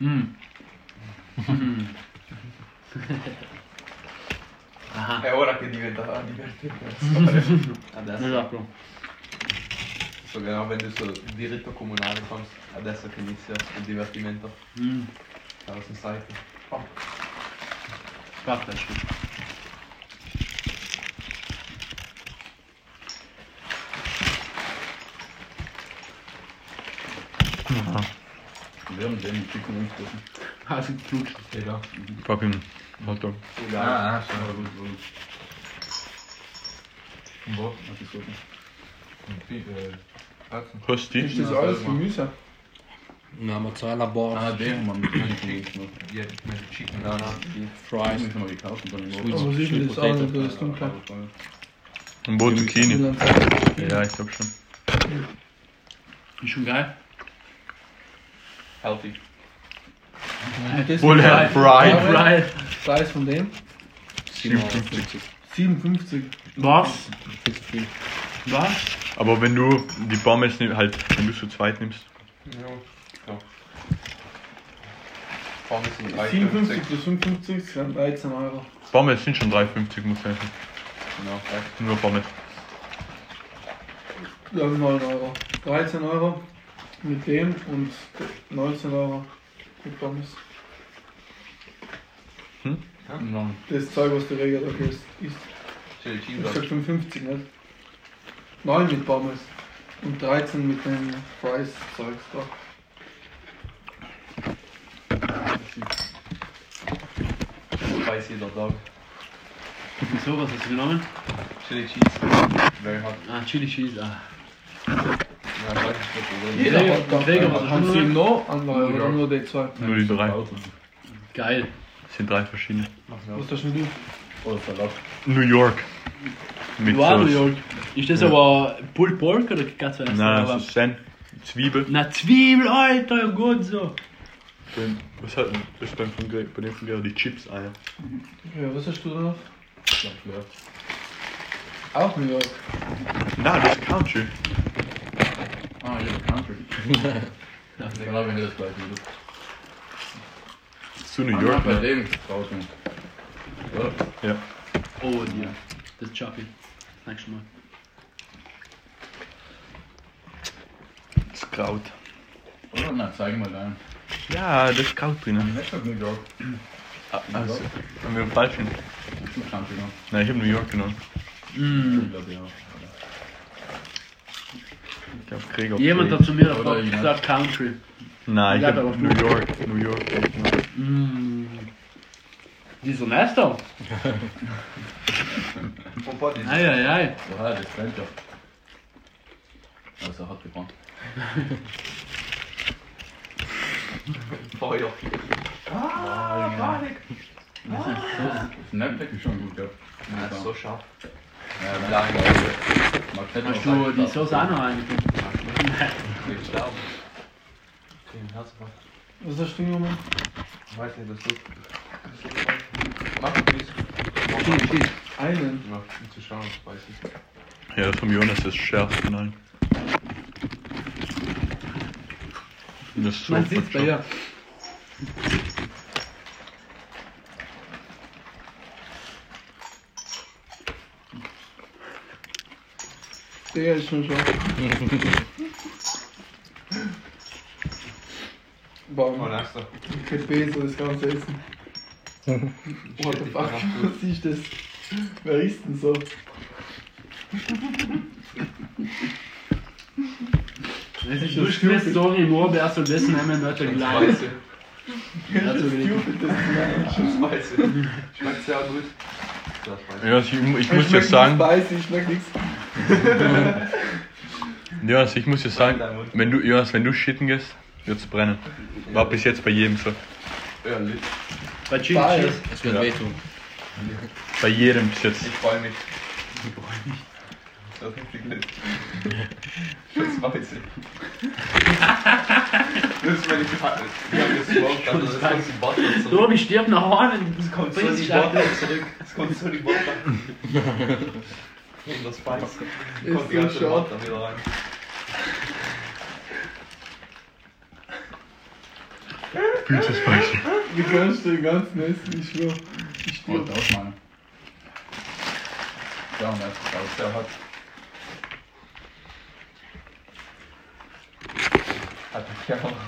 Speaker 6: Mm.
Speaker 3: È ora che diventa divertente. Adesso.
Speaker 6: Esatto.
Speaker 3: Sto abbiamo venduto il diritto comunale, Tom's. adesso che inizia il divertimento
Speaker 6: Mm.
Speaker 3: dalla society.
Speaker 6: Fuck that shit.
Speaker 3: Wir haben den Chico nicht gegessen.
Speaker 6: Also klutsch.
Speaker 3: Ja.
Speaker 5: Fucking Hotdog.
Speaker 3: Ah, ah, schon mal gut, gut. Wo? Was ist gut? Wie, äh, Katzen.
Speaker 5: Rösti.
Speaker 2: Ist das alles Gemüse?
Speaker 9: Na, Mozzarella Balls,
Speaker 3: Ah, den haben wir mit Chicken. Ja, mit Chicken. Ja, die
Speaker 9: Fries,
Speaker 3: haben wir gekauft und dann
Speaker 9: Sweet
Speaker 2: Aber sicher,
Speaker 9: Sweet
Speaker 2: das ist auch
Speaker 9: Potato.
Speaker 2: nicht, das ist dunkel.
Speaker 5: Ein Brot Zucchini.
Speaker 2: Dann zeig ich dir.
Speaker 5: Ja, ich glaub schon.
Speaker 6: Ist schon geil.
Speaker 3: Healthy.
Speaker 2: Das
Speaker 5: Bullhead Fried.
Speaker 6: Fried.
Speaker 2: ist Preis von dem?
Speaker 5: 57.
Speaker 2: 57.
Speaker 6: Was?
Speaker 9: Viel zu viel.
Speaker 6: Was?
Speaker 5: Aber wenn du die Pommes nimm- halt, wenn du zu zweit nimmst,
Speaker 3: Ja. Ja. Pommes sind 3,50.
Speaker 2: 57 plus 55 sind 13 Euro.
Speaker 5: Pommes sind schon 3,50 muss sein.
Speaker 3: Genau, recht.
Speaker 5: Nur Pommes.
Speaker 2: Ja, 9 Euro. 13 Euro mit dem und 19 Euro mit Pommes.
Speaker 3: Ja. No.
Speaker 2: Das Zeug, was du regelt, okay, ist, ist
Speaker 3: Chili
Speaker 2: ich
Speaker 3: Cheese.
Speaker 2: sag 55, nicht? 9 mit Pommes und 13 mit dem Fries-Zeugs da.
Speaker 3: Spicy Hot Dog.
Speaker 6: Wieso, was hast du genommen?
Speaker 3: Chili Cheese. Very hot.
Speaker 6: Ah, Chili Cheese. Ah.
Speaker 3: Ja, weiß ich nicht,
Speaker 2: Jeder
Speaker 3: oder?
Speaker 6: Träger-
Speaker 2: hat da.
Speaker 6: Träger, was
Speaker 2: Haben
Speaker 6: hast du
Speaker 2: sie
Speaker 6: genommen?
Speaker 2: noch andere oder
Speaker 3: Ja.
Speaker 2: nur die zwei?
Speaker 5: Nur die drei.
Speaker 6: Geil.
Speaker 5: Das sind drei verschiedene.
Speaker 3: Mach
Speaker 2: Was
Speaker 3: noch.
Speaker 2: hast denn du?
Speaker 3: Oder Salat.
Speaker 5: New York. Mit
Speaker 6: Wow, New
Speaker 5: Sauce.
Speaker 6: York. Ist das aber Pulled Pork oder ganz was?
Speaker 5: Nein, das ist Sen. Zwiebel.
Speaker 6: Na, Zwiebel, Alter, ja gut so.
Speaker 5: Was hat denn das beim von Greg- bei dem von Greg? Die Chips ah Eier.
Speaker 2: Ja, was hast du da noch? Auch New York.
Speaker 5: Na, das ist Country.
Speaker 3: Ah, ja, Country. Ich glaube, ich hätte das gleich mit.
Speaker 5: Zu New York.
Speaker 3: bei
Speaker 5: Ne?
Speaker 3: dem draußen.
Speaker 6: Oh, ja. Das schaffe ich. Das nächste Mal.
Speaker 5: Das Kraut.
Speaker 3: Oder? Na, zeig mal deinen.
Speaker 5: Ja, das ist Kraut drin.
Speaker 3: Ich hab New York.
Speaker 5: Ah, also, haben wir einen falschen?
Speaker 3: Ich hab Country noch.
Speaker 5: Nein, ich habe New York genommen.
Speaker 3: Ich glaube, ja.
Speaker 5: Ich habe Krieg auf
Speaker 6: Jemand
Speaker 5: Krieg.
Speaker 6: hat zu mir
Speaker 3: Oder
Speaker 6: davor
Speaker 3: Iran.
Speaker 6: gesagt Country.
Speaker 5: Nein, ich
Speaker 6: Ja,
Speaker 5: habe
Speaker 6: aber-
Speaker 5: New York. New York. genommen.
Speaker 6: Mm. Dieser Nester?
Speaker 3: Oh, Gott, die-
Speaker 6: Eieiei.
Speaker 3: Oha, das brennt ja. Also hat gebrannt. Feuer. Ah, Panik! Das Snapback ist schon gut, ja. Ja, ist so scharf. Ja, nein, nein.
Speaker 6: Hast du die Sauce auch noch reingetan?
Speaker 3: gestorben? Den Herzblatt.
Speaker 2: Was hast du genommen?
Speaker 3: Ich weiß nicht, das tut. Mach nichts.
Speaker 6: Cheese, cheese.
Speaker 2: Einen.
Speaker 3: Mach um zu schauen, weiß ich.
Speaker 5: Ja, das vom Jonas das ist schärfst von allen. Das ist so
Speaker 6: Man sieht's bei
Speaker 5: verstopft.
Speaker 6: dir.
Speaker 2: Der ist schon scharf.
Speaker 3: Oh,
Speaker 2: Baum.
Speaker 3: nächster.
Speaker 1: Oh,
Speaker 2: Gefäß und das ganze Essen.
Speaker 1: What the fuck?
Speaker 2: Was ist das? Wer ist denn so?
Speaker 3: Das ist eine schlimme Story im Urbeer, so dessen haben wir nicht gleich.
Speaker 1: Schmeiße.
Speaker 3: Also, wenn ich-
Speaker 1: Schmeiße. Schmeckt sehr gut. Das schmeiße.
Speaker 5: Ja, ich, ich muss ja sagen,
Speaker 2: Weiß ich, schmeckt nichts.
Speaker 5: Jonas, ich muss ja sagen, wenn du, Jonas, wenn du shitten gehst, wird's brennen. War bis jetzt bei jedem so.
Speaker 1: Ja, lit.
Speaker 3: Bei Chin Chin.
Speaker 4: Es wird
Speaker 5: Ja.
Speaker 4: wehtun.
Speaker 5: Bei jedem bis jetzt.
Speaker 1: Ich freue mich. Ich freue mich. Das ist richtig lit. Das weiß ich. Das ist meine Karte. Ich habe gesmoked, also das kommt die Bottle zurück.
Speaker 3: Tobi stirbt nach vorne.
Speaker 1: Das kommt so
Speaker 3: Bringst
Speaker 1: die
Speaker 3: dich ab.
Speaker 1: Bottle zurück. Das kommt so die Bottle. Und das weiß. Kommt die ganze Bottle wieder rein.
Speaker 5: Fühlst du es bei dir?
Speaker 2: Du kannst den ganzen Essen, ich schwör.
Speaker 1: Wollte auch mal. Ja, und das ist auch sehr hart. Hat der Kerl.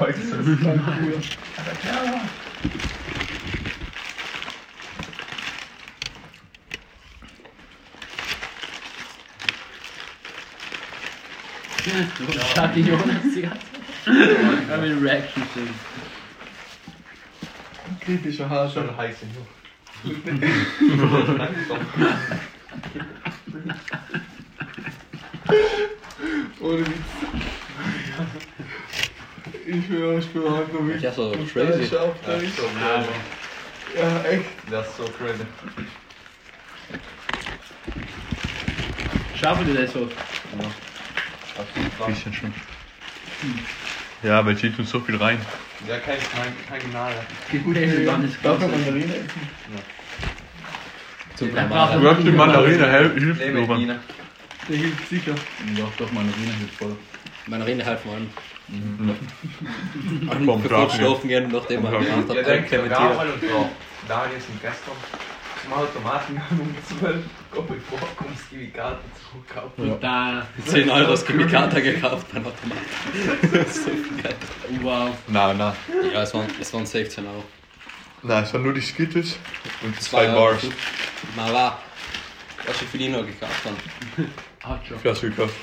Speaker 1: Oh, ist das Hat der Kerl.
Speaker 3: Schaut die Jonas die ganze Zeit. Haben wir Reaction sehen.
Speaker 2: Kritischer
Speaker 1: Das ist
Speaker 2: Haarschau.
Speaker 1: schon heiß im Hoch.
Speaker 2: Ohne Witz. Ich schwör, ich bin einfach mit.
Speaker 4: Ja, so crazy.
Speaker 2: Scharf,
Speaker 1: Das ist so crazy.
Speaker 2: Ja, echt.
Speaker 1: Das ist so crazy.
Speaker 3: Schaffen wir das so?
Speaker 1: Absolut
Speaker 5: Ein
Speaker 1: krass.
Speaker 5: bisschen schon. Ja, weil sie tun so viel rein.
Speaker 1: Ja, kein, kein, kein Gnade.
Speaker 3: Gut, ey, dann ist
Speaker 2: Darf man
Speaker 3: Ganze.
Speaker 2: Mandarine essen?
Speaker 4: Zum
Speaker 3: Dann braucht
Speaker 5: Du
Speaker 3: man-
Speaker 5: hast die Mandarine, hel- hilft
Speaker 1: Nee,
Speaker 5: mir
Speaker 1: mit
Speaker 5: Roman.
Speaker 1: Nina.
Speaker 2: Der hilft sicher.
Speaker 1: Doch, doch, meine Rina hilft voll.
Speaker 4: Mandarine halt vor allem.
Speaker 5: Vom
Speaker 4: Und bevor
Speaker 5: Schlafen
Speaker 4: schlafen gehen und nachdem man
Speaker 5: Vom
Speaker 4: gemacht
Speaker 1: Ja,
Speaker 4: hat, dann
Speaker 1: denkt der
Speaker 4: Clementine.
Speaker 1: Gabriel und der Daniel sind gestern zum Automaten gegangen um 12 Uhr. Bevor kommst du die Karte zurückkaufen.
Speaker 3: Und da.
Speaker 4: 10 Euro das Chemikata gekauft beim Automat. so geil.
Speaker 3: Wow.
Speaker 5: Na, na.
Speaker 4: Ja, es waren, es waren 16 Euro.
Speaker 5: Na, es waren nur die Skittles und
Speaker 4: Zwei
Speaker 5: zwei
Speaker 4: Euro.
Speaker 5: Bars.
Speaker 4: Na, war. Was ich für die noch gekauft habe.
Speaker 3: Hot Job.
Speaker 5: Flasche gekauft.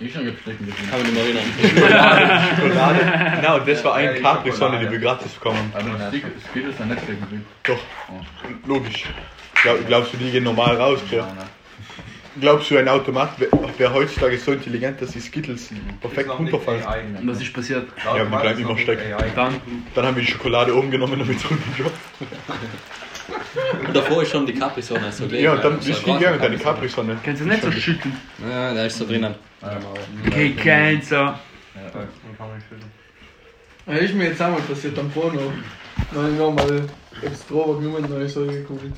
Speaker 1: Ich schon gestrichen mit
Speaker 4: Kann mich nicht mehr erinnern.
Speaker 5: Schokolade. Na, Genau, und das war
Speaker 1: Ja,
Speaker 5: eine
Speaker 1: die
Speaker 5: Capri-Sonne,
Speaker 1: Schokolade.
Speaker 5: die wir gratis bekommen haben.
Speaker 1: Also, es geht jetzt nicht gegen
Speaker 5: Doch, logisch. Glau- Glaubst du, die gehen normal raus, ja? Glaubst du, ein Automat wär- wäre heutzutage so intelligent, dass die Skittles perfekt runterfallen?
Speaker 3: Und was ist passiert?
Speaker 5: Ja, die bleiben immer stecken.
Speaker 3: Dann.
Speaker 5: Dann haben wir die Schokolade oben genommen und damit runtergejobbt.
Speaker 4: Und davor ist schon die Capri-Sonne so gelegt.
Speaker 5: Ja, und dann
Speaker 4: So
Speaker 5: bist
Speaker 4: ein
Speaker 5: du gegangen,
Speaker 4: großer
Speaker 5: deine Capri-Sonne.
Speaker 3: Kannst du nicht so schütteln?
Speaker 4: Capri-Sonne. Ja, da ist so drinnen.
Speaker 3: Okay, kein so.
Speaker 2: Ja, ist mir jetzt einmal passiert am Porno. Nein, ja, mal das Drogen genommen, dann ist er gegoogelt.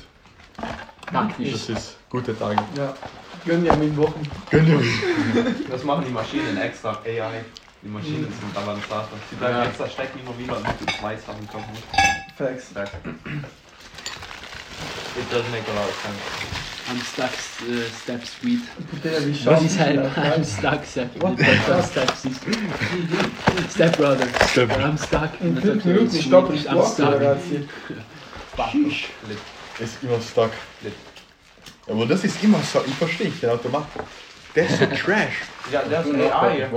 Speaker 5: Das ist gute Tage.
Speaker 2: Ja, gönn ja mit Wochen.
Speaker 5: Gönn dir.
Speaker 1: Das machen die Maschinen extra, AI. Die Maschinen sind aber ein Starter. Mhm. Die bleiben extra stecken immer wieder, damit du zwei Sachen kaufen musst.
Speaker 2: Facts.
Speaker 1: It does make a lot of sense.
Speaker 3: I'm stuck, äh, step sweet.
Speaker 2: Der wie scharf.
Speaker 3: Was ist halt? I'm
Speaker 2: Nein,
Speaker 3: stuck, step
Speaker 2: What
Speaker 3: sweet.
Speaker 2: the
Speaker 3: I'm
Speaker 2: fuck?
Speaker 3: stuck, sister. Step brother.
Speaker 5: Step.
Speaker 3: I'm stuck.
Speaker 2: In
Speaker 3: That's
Speaker 2: fünf
Speaker 3: absolute
Speaker 2: Minuten
Speaker 3: sweet.
Speaker 2: stopp ich
Speaker 3: I'm
Speaker 2: Bock,
Speaker 3: stuck.
Speaker 2: Ragazzi.
Speaker 5: Ist immer stuck. Aber das ist immer so, ich verstehe ich, den Automat. Der ist so trash.
Speaker 1: Ja, das ist AI.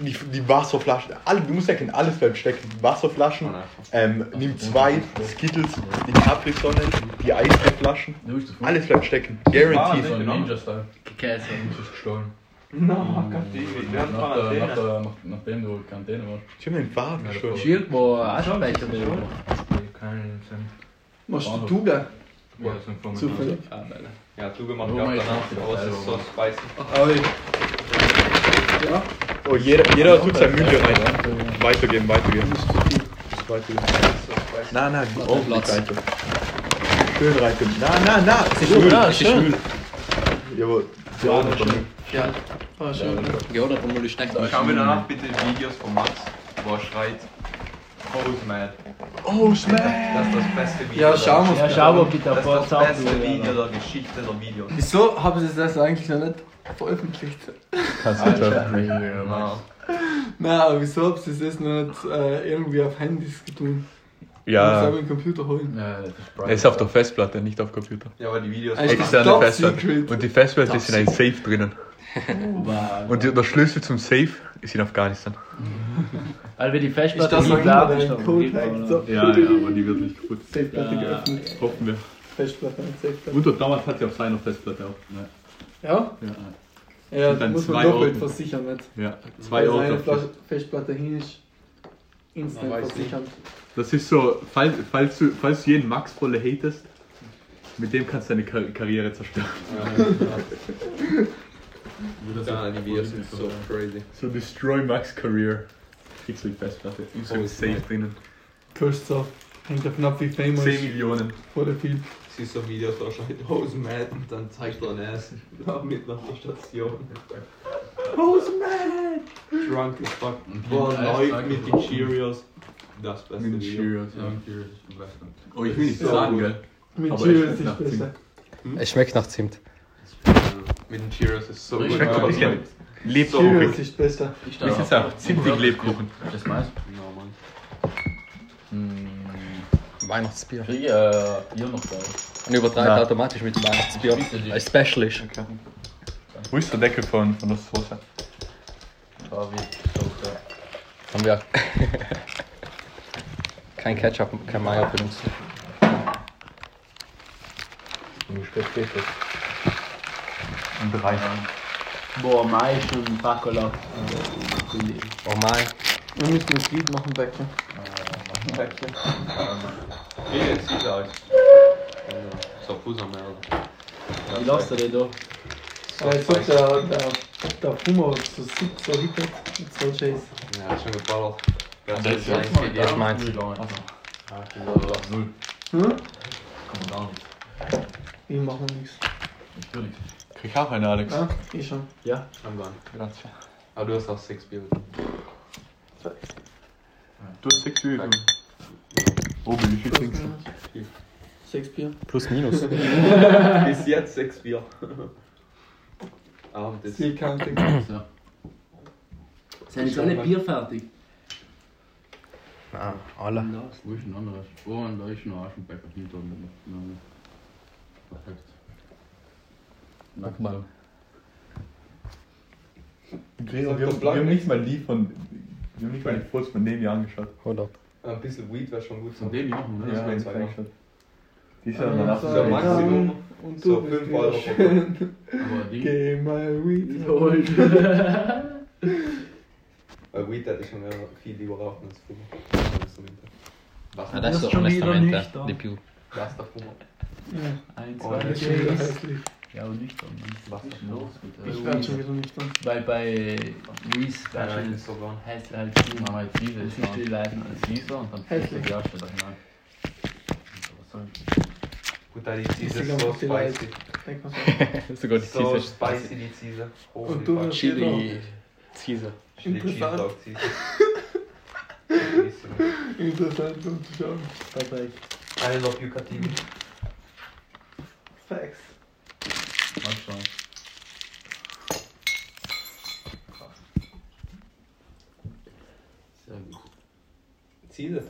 Speaker 5: Die, die Wasserflaschen, alle, du musst ja kein alles bleibt stecken. Wasserflaschen, ähm, nimm zwei, Skittles, die Capri-Sonne, die Eisflaschen, alles bleibt stecken. Guaranteed.
Speaker 2: ne?
Speaker 1: Ninja-Style.
Speaker 3: Okay, so.
Speaker 1: Das ist gestohlen.
Speaker 2: Na, Gott, die-
Speaker 4: äh,
Speaker 1: Nachdem du Quarantäne warst.
Speaker 5: Ich hab mir den Faden gestohlen.
Speaker 3: Schild, wo Aschenbecher mit dem.
Speaker 1: Keinen Sinn.
Speaker 2: Machst du Tuga?
Speaker 1: Ja, das sind
Speaker 2: Zufällig.
Speaker 4: Ah, nein.
Speaker 1: Ja, du gemacht
Speaker 4: Nur mal
Speaker 1: gehabt,
Speaker 4: jetzt
Speaker 1: danach
Speaker 4: noch die
Speaker 1: aus
Speaker 4: Teile,
Speaker 1: ist so
Speaker 4: aber-
Speaker 1: spicy.
Speaker 2: Aber ich. Ja,
Speaker 5: Oh, jeder, jeder tut sein Müll hier rein. Weitergeben, weitergeben. Weitergeben. Na, na, gut. Oh,
Speaker 4: Platz.
Speaker 5: Reite. Schön reite. Na, na, na. Es ist
Speaker 4: Ja,
Speaker 5: Müll.
Speaker 4: das ist schön.
Speaker 5: Jawohl. Ja, aber schon.
Speaker 2: war schön.
Speaker 4: Geordnet und nur die Schnecken.
Speaker 1: Schau mir danach bitte Videos von Max, wo er schreit. Hose Mad.
Speaker 5: Oh, Smash.
Speaker 1: Das ist das beste Video.
Speaker 2: Ja,
Speaker 1: der
Speaker 2: schauen
Speaker 3: Ja,
Speaker 2: wir.
Speaker 3: schau, wo bitte
Speaker 1: Das
Speaker 3: ein paar
Speaker 1: ist das beste
Speaker 3: Zaubern-
Speaker 1: Video der Geschichte der Videos.
Speaker 2: Wieso haben sie das eigentlich noch nicht veröffentlicht?
Speaker 1: Genau.
Speaker 2: Na, wieso haben sie das noch nicht äh, irgendwie auf Handys getan? Ich
Speaker 9: Ja,
Speaker 2: selber den Computer holen.
Speaker 3: Ja, das ist
Speaker 9: er ist auf der Festplatte, nicht auf Computer.
Speaker 1: Ja, aber die Videos.
Speaker 2: Echt?
Speaker 9: Externe
Speaker 2: Äh, Top
Speaker 9: Festplatte.
Speaker 2: secret.
Speaker 9: Und die Festplatte ist in einem Safe drinnen.
Speaker 6: Wow.
Speaker 9: Und die- der Schlüssel zum Safe ist in Afghanistan.
Speaker 6: Weil wir die Festplatte
Speaker 2: Das war
Speaker 6: nie
Speaker 2: immer
Speaker 6: glauben, ist
Speaker 2: dein
Speaker 6: doch
Speaker 2: Code
Speaker 6: nicht,
Speaker 2: hackt.
Speaker 6: oder?
Speaker 2: So,
Speaker 3: Ja, ja, aber die wird nicht kaputt.
Speaker 2: Safe-Platte
Speaker 6: Ja.
Speaker 2: geöffnet.
Speaker 3: Hoffen wir.
Speaker 2: Festplatte und Safe-Platte.
Speaker 3: Mutter damals hat sie auf seiner Festplatte auch. Ne?
Speaker 2: Ja?
Speaker 3: Ja,
Speaker 2: Ja,
Speaker 3: Und dann
Speaker 2: muss
Speaker 3: zwei
Speaker 2: man doppelt
Speaker 3: Orten.
Speaker 2: versichern, nicht?
Speaker 3: ja.
Speaker 2: Weil
Speaker 3: Zwei
Speaker 2: seine
Speaker 3: Orte.
Speaker 2: Flas- Festplatte hin ist, instant versichert.
Speaker 3: Das ist so, falls, falls, du, falls du jeden Max volle hatest, mit dem kannst du deine Kar Karriere zerstören.
Speaker 1: Ja, die Videos sind so crazy.
Speaker 3: So destroy Max Career. Fixel Festplatte. Oh, Ist im Safe drinnen.
Speaker 2: Kostet so, hängt davon ab, wie famous
Speaker 3: 10 Millionen.
Speaker 2: oder viel.
Speaker 1: Siehst du Videos, da schreit Hose Mad und dann zeigt er ein Ass mit nach der Station. Hose Mad! Drunk as fuck. Boah, neu mit den Cheerios. Das beste
Speaker 3: Mit den
Speaker 1: Video.
Speaker 3: Cheerios.
Speaker 1: Ja.
Speaker 3: Ja. Oh, ich will nicht
Speaker 2: So
Speaker 3: sagen,
Speaker 2: gut.
Speaker 3: gell?
Speaker 2: Mit
Speaker 3: Aber
Speaker 2: Cheers
Speaker 3: echt
Speaker 2: ist
Speaker 3: nach
Speaker 2: besser.
Speaker 4: Mhm. Es schmeckt nach Zimt.
Speaker 1: Mit den Cheerios ist so
Speaker 3: Ich
Speaker 1: gut.
Speaker 3: schmeckt so ein bisschen
Speaker 2: Cheers
Speaker 3: Lebkuchen.
Speaker 2: ist besser.
Speaker 3: Ich bin jetzt auch ziemlich Lebkuchen.
Speaker 9: Das meiste.
Speaker 1: Ja, Mann.
Speaker 4: Mm. Weihnachtsbier.
Speaker 9: Krieg äh, hier noch da.
Speaker 4: Und übertreibt automatisch mit Weihnachtsbier. Weil es special ist.
Speaker 9: Wo ist der Deckel von, von der Soße?
Speaker 4: Haben wir auch. kein Ketchup, kein Mayo benutzt.
Speaker 6: Boah, Mai schon Pacola. Finde ich.
Speaker 4: Oh mein.
Speaker 2: Wir müssen das Lied machen, Becker.
Speaker 1: Wie jetzt sieht er aus? So, Fuß am Erde.
Speaker 6: Wie lässt du den da?
Speaker 2: Weil so der, der, der Hummer so sieht, so hickert und so scheiße.
Speaker 1: Ja, hat schon geballert. Das
Speaker 9: Das ist
Speaker 1: ist eins Also,
Speaker 9: ja-
Speaker 1: gegeben.
Speaker 4: Das meins.
Speaker 9: Null.
Speaker 2: Hm?
Speaker 9: Kann man gar nicht.
Speaker 2: Wir machen nichts.
Speaker 9: Natürlich. Krieg ich auch eine, Alex.
Speaker 2: Ja, ich schon.
Speaker 1: Am Gang.
Speaker 9: Grazie.
Speaker 1: Aber du hast auch sechs Bier.
Speaker 9: Du hast sechs Kühe. Obi, wie viel trinkst du?
Speaker 2: Sechs Bier.
Speaker 4: Plus minus.
Speaker 1: Bis jetzt sechs Bier.
Speaker 2: Ah,
Speaker 1: Abend ist.
Speaker 2: Sie kann den
Speaker 6: Sind jetzt alle Bier fertig?
Speaker 4: Ah, alle.
Speaker 3: Wo ist ein anderes? Oh, und da ist ein Aschenbecker hinter mir. Perfekt.
Speaker 9: Nochmal.
Speaker 5: Gregor,
Speaker 1: wir haben- wir haben
Speaker 5: nicht mal die von. Wir haben nicht mal die Fotos von dem Jahr angeschaut.
Speaker 4: Hold up.
Speaker 1: Ein bisschen Weed wäre schon gut.
Speaker 3: Von dem Jahr, oder?
Speaker 1: Ja,
Speaker 5: haben
Speaker 1: haben
Speaker 5: wir
Speaker 1: wir
Speaker 5: angeschaut.
Speaker 1: angeschaut.
Speaker 5: Die ist
Speaker 2: Ja,
Speaker 5: ja danach.
Speaker 2: das
Speaker 1: Das
Speaker 2: ist
Speaker 1: ist
Speaker 2: ja
Speaker 1: ein
Speaker 2: Maximum.
Speaker 1: Also Maximum.
Speaker 2: Und du
Speaker 1: So,
Speaker 2: bist
Speaker 1: 5
Speaker 2: wieder
Speaker 1: Euro.
Speaker 2: schön.
Speaker 3: Aber die.
Speaker 2: Geh mal Weed holen.
Speaker 6: Lol.
Speaker 1: Weil Weed hätte ich schon mehr, viel lieber rauchen als Fummer. Was
Speaker 4: Ah, das ist doch
Speaker 6: schon
Speaker 4: schon
Speaker 6: wieder
Speaker 4: Testament,
Speaker 6: nicht da.
Speaker 4: ja. Die Pew.
Speaker 1: das da Fummer?
Speaker 6: Eins,
Speaker 1: Oh,
Speaker 6: zwei,
Speaker 1: das
Speaker 2: Schön
Speaker 6: drei.
Speaker 2: hässlich.
Speaker 6: Ja, und nicht dann. Mann.
Speaker 1: Was
Speaker 6: ist denn los mit
Speaker 2: Ich
Speaker 6: der
Speaker 2: werde schon
Speaker 6: Luis?
Speaker 2: wieder nicht an.
Speaker 6: Bei, bei Luis, bei
Speaker 1: Ja, ich
Speaker 6: ja,
Speaker 1: bin so gern.
Speaker 6: heißt er halt Team.
Speaker 3: Mama, jetzt diese
Speaker 6: Das
Speaker 3: ist
Speaker 6: ist die Leiden als
Speaker 3: Dieser und dann
Speaker 2: Hässlich.
Speaker 3: die Asche da hinein. Was soll
Speaker 1: Gut, da die Zwiebel
Speaker 2: Ist die
Speaker 1: ist so
Speaker 2: ganze Leid.
Speaker 1: spicy.
Speaker 2: Denk mal so.
Speaker 9: Sogar die
Speaker 1: So
Speaker 9: Zwiebel.
Speaker 1: spicy die Zwiebel.
Speaker 2: Und du wirst wieder
Speaker 4: Caesar.
Speaker 1: Chili Cheese
Speaker 2: Interessant.
Speaker 1: Dog Zwiebel.
Speaker 2: interessant um zu schauen. Perfekt.
Speaker 1: I love you, Katini.
Speaker 2: Facts.
Speaker 3: Mal schauen.
Speaker 1: Zwiebel.